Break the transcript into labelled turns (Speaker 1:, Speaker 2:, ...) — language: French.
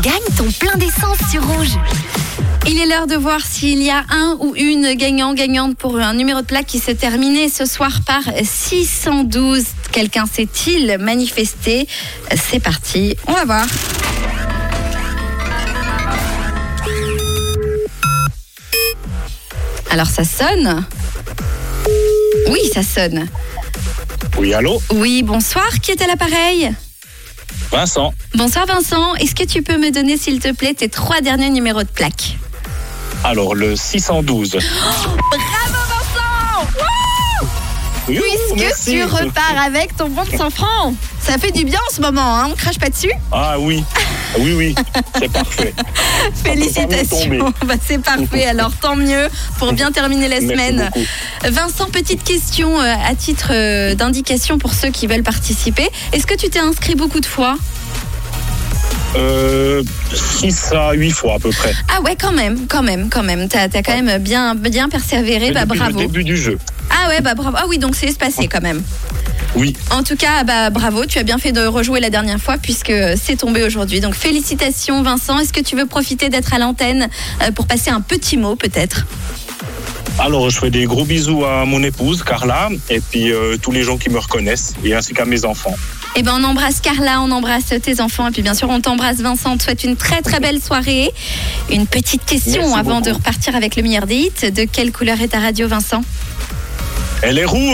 Speaker 1: Gagne ton plein d'essence sur rouge. Il est l'heure de voir s'il y a un ou une gagnant-gagnante pour un numéro de plaque qui se terminait ce soir par 612. Quelqu'un s'est-il manifesté C'est parti, on va voir. Alors ça sonne Oui, ça sonne.
Speaker 2: Oui, allô
Speaker 1: Oui, bonsoir, qui est à l'appareil
Speaker 2: Vincent
Speaker 1: Bonsoir Vincent, est-ce que tu peux me donner s'il te plaît tes trois derniers numéros de plaque
Speaker 2: Alors, le 612.
Speaker 1: Bravo Vincent
Speaker 2: Youhou,
Speaker 1: Puisque
Speaker 2: merci.
Speaker 1: tu repars avec ton bon de 100 francs Ça fait du bien en ce moment, hein on crache pas dessus
Speaker 2: Ah oui, oui, oui, c'est parfait. tomber.
Speaker 1: Félicitations Bah, C'est parfait, alors tant mieux pour bien terminer la
Speaker 2: Merci
Speaker 1: semaine.
Speaker 2: beaucoup.
Speaker 1: Vincent, petite question euh, à titre euh, d'indication pour ceux qui veulent participer. Est-ce que tu t'es inscrit beaucoup de fois
Speaker 2: Euh, 6 à 8 fois à peu près.
Speaker 1: Ah ouais, quand même, quand même, quand même. T'as as quand même bien, bien persévéré, bah
Speaker 2: depuis
Speaker 1: bravo.
Speaker 2: le début du jeu.
Speaker 1: Ah ouais, bah bravo. Ah oui, donc c'est espacé quand même.
Speaker 2: Oui,
Speaker 1: En tout cas, bah, bravo, tu as bien fait de rejouer la dernière fois puisque c'est tombé aujourd'hui. Donc félicitations Vincent, est-ce que tu veux profiter d'être à l'antenne euh, pour passer un petit mot peut-être
Speaker 2: alors je fais des gros bisous à mon épouse Carla et puis euh, tous les gens qui me reconnaissent et ainsi qu'à mes enfants.
Speaker 1: Eh ben on embrasse Carla, on embrasse tes enfants et puis bien sûr on t'embrasse Vincent, on te souhaite une très très belle soirée. Une petite question
Speaker 2: Merci
Speaker 1: avant de
Speaker 2: beaucoup.
Speaker 1: repartir avec le meilleur des hits, de quelle couleur est ta radio Vincent
Speaker 2: Elle est rouge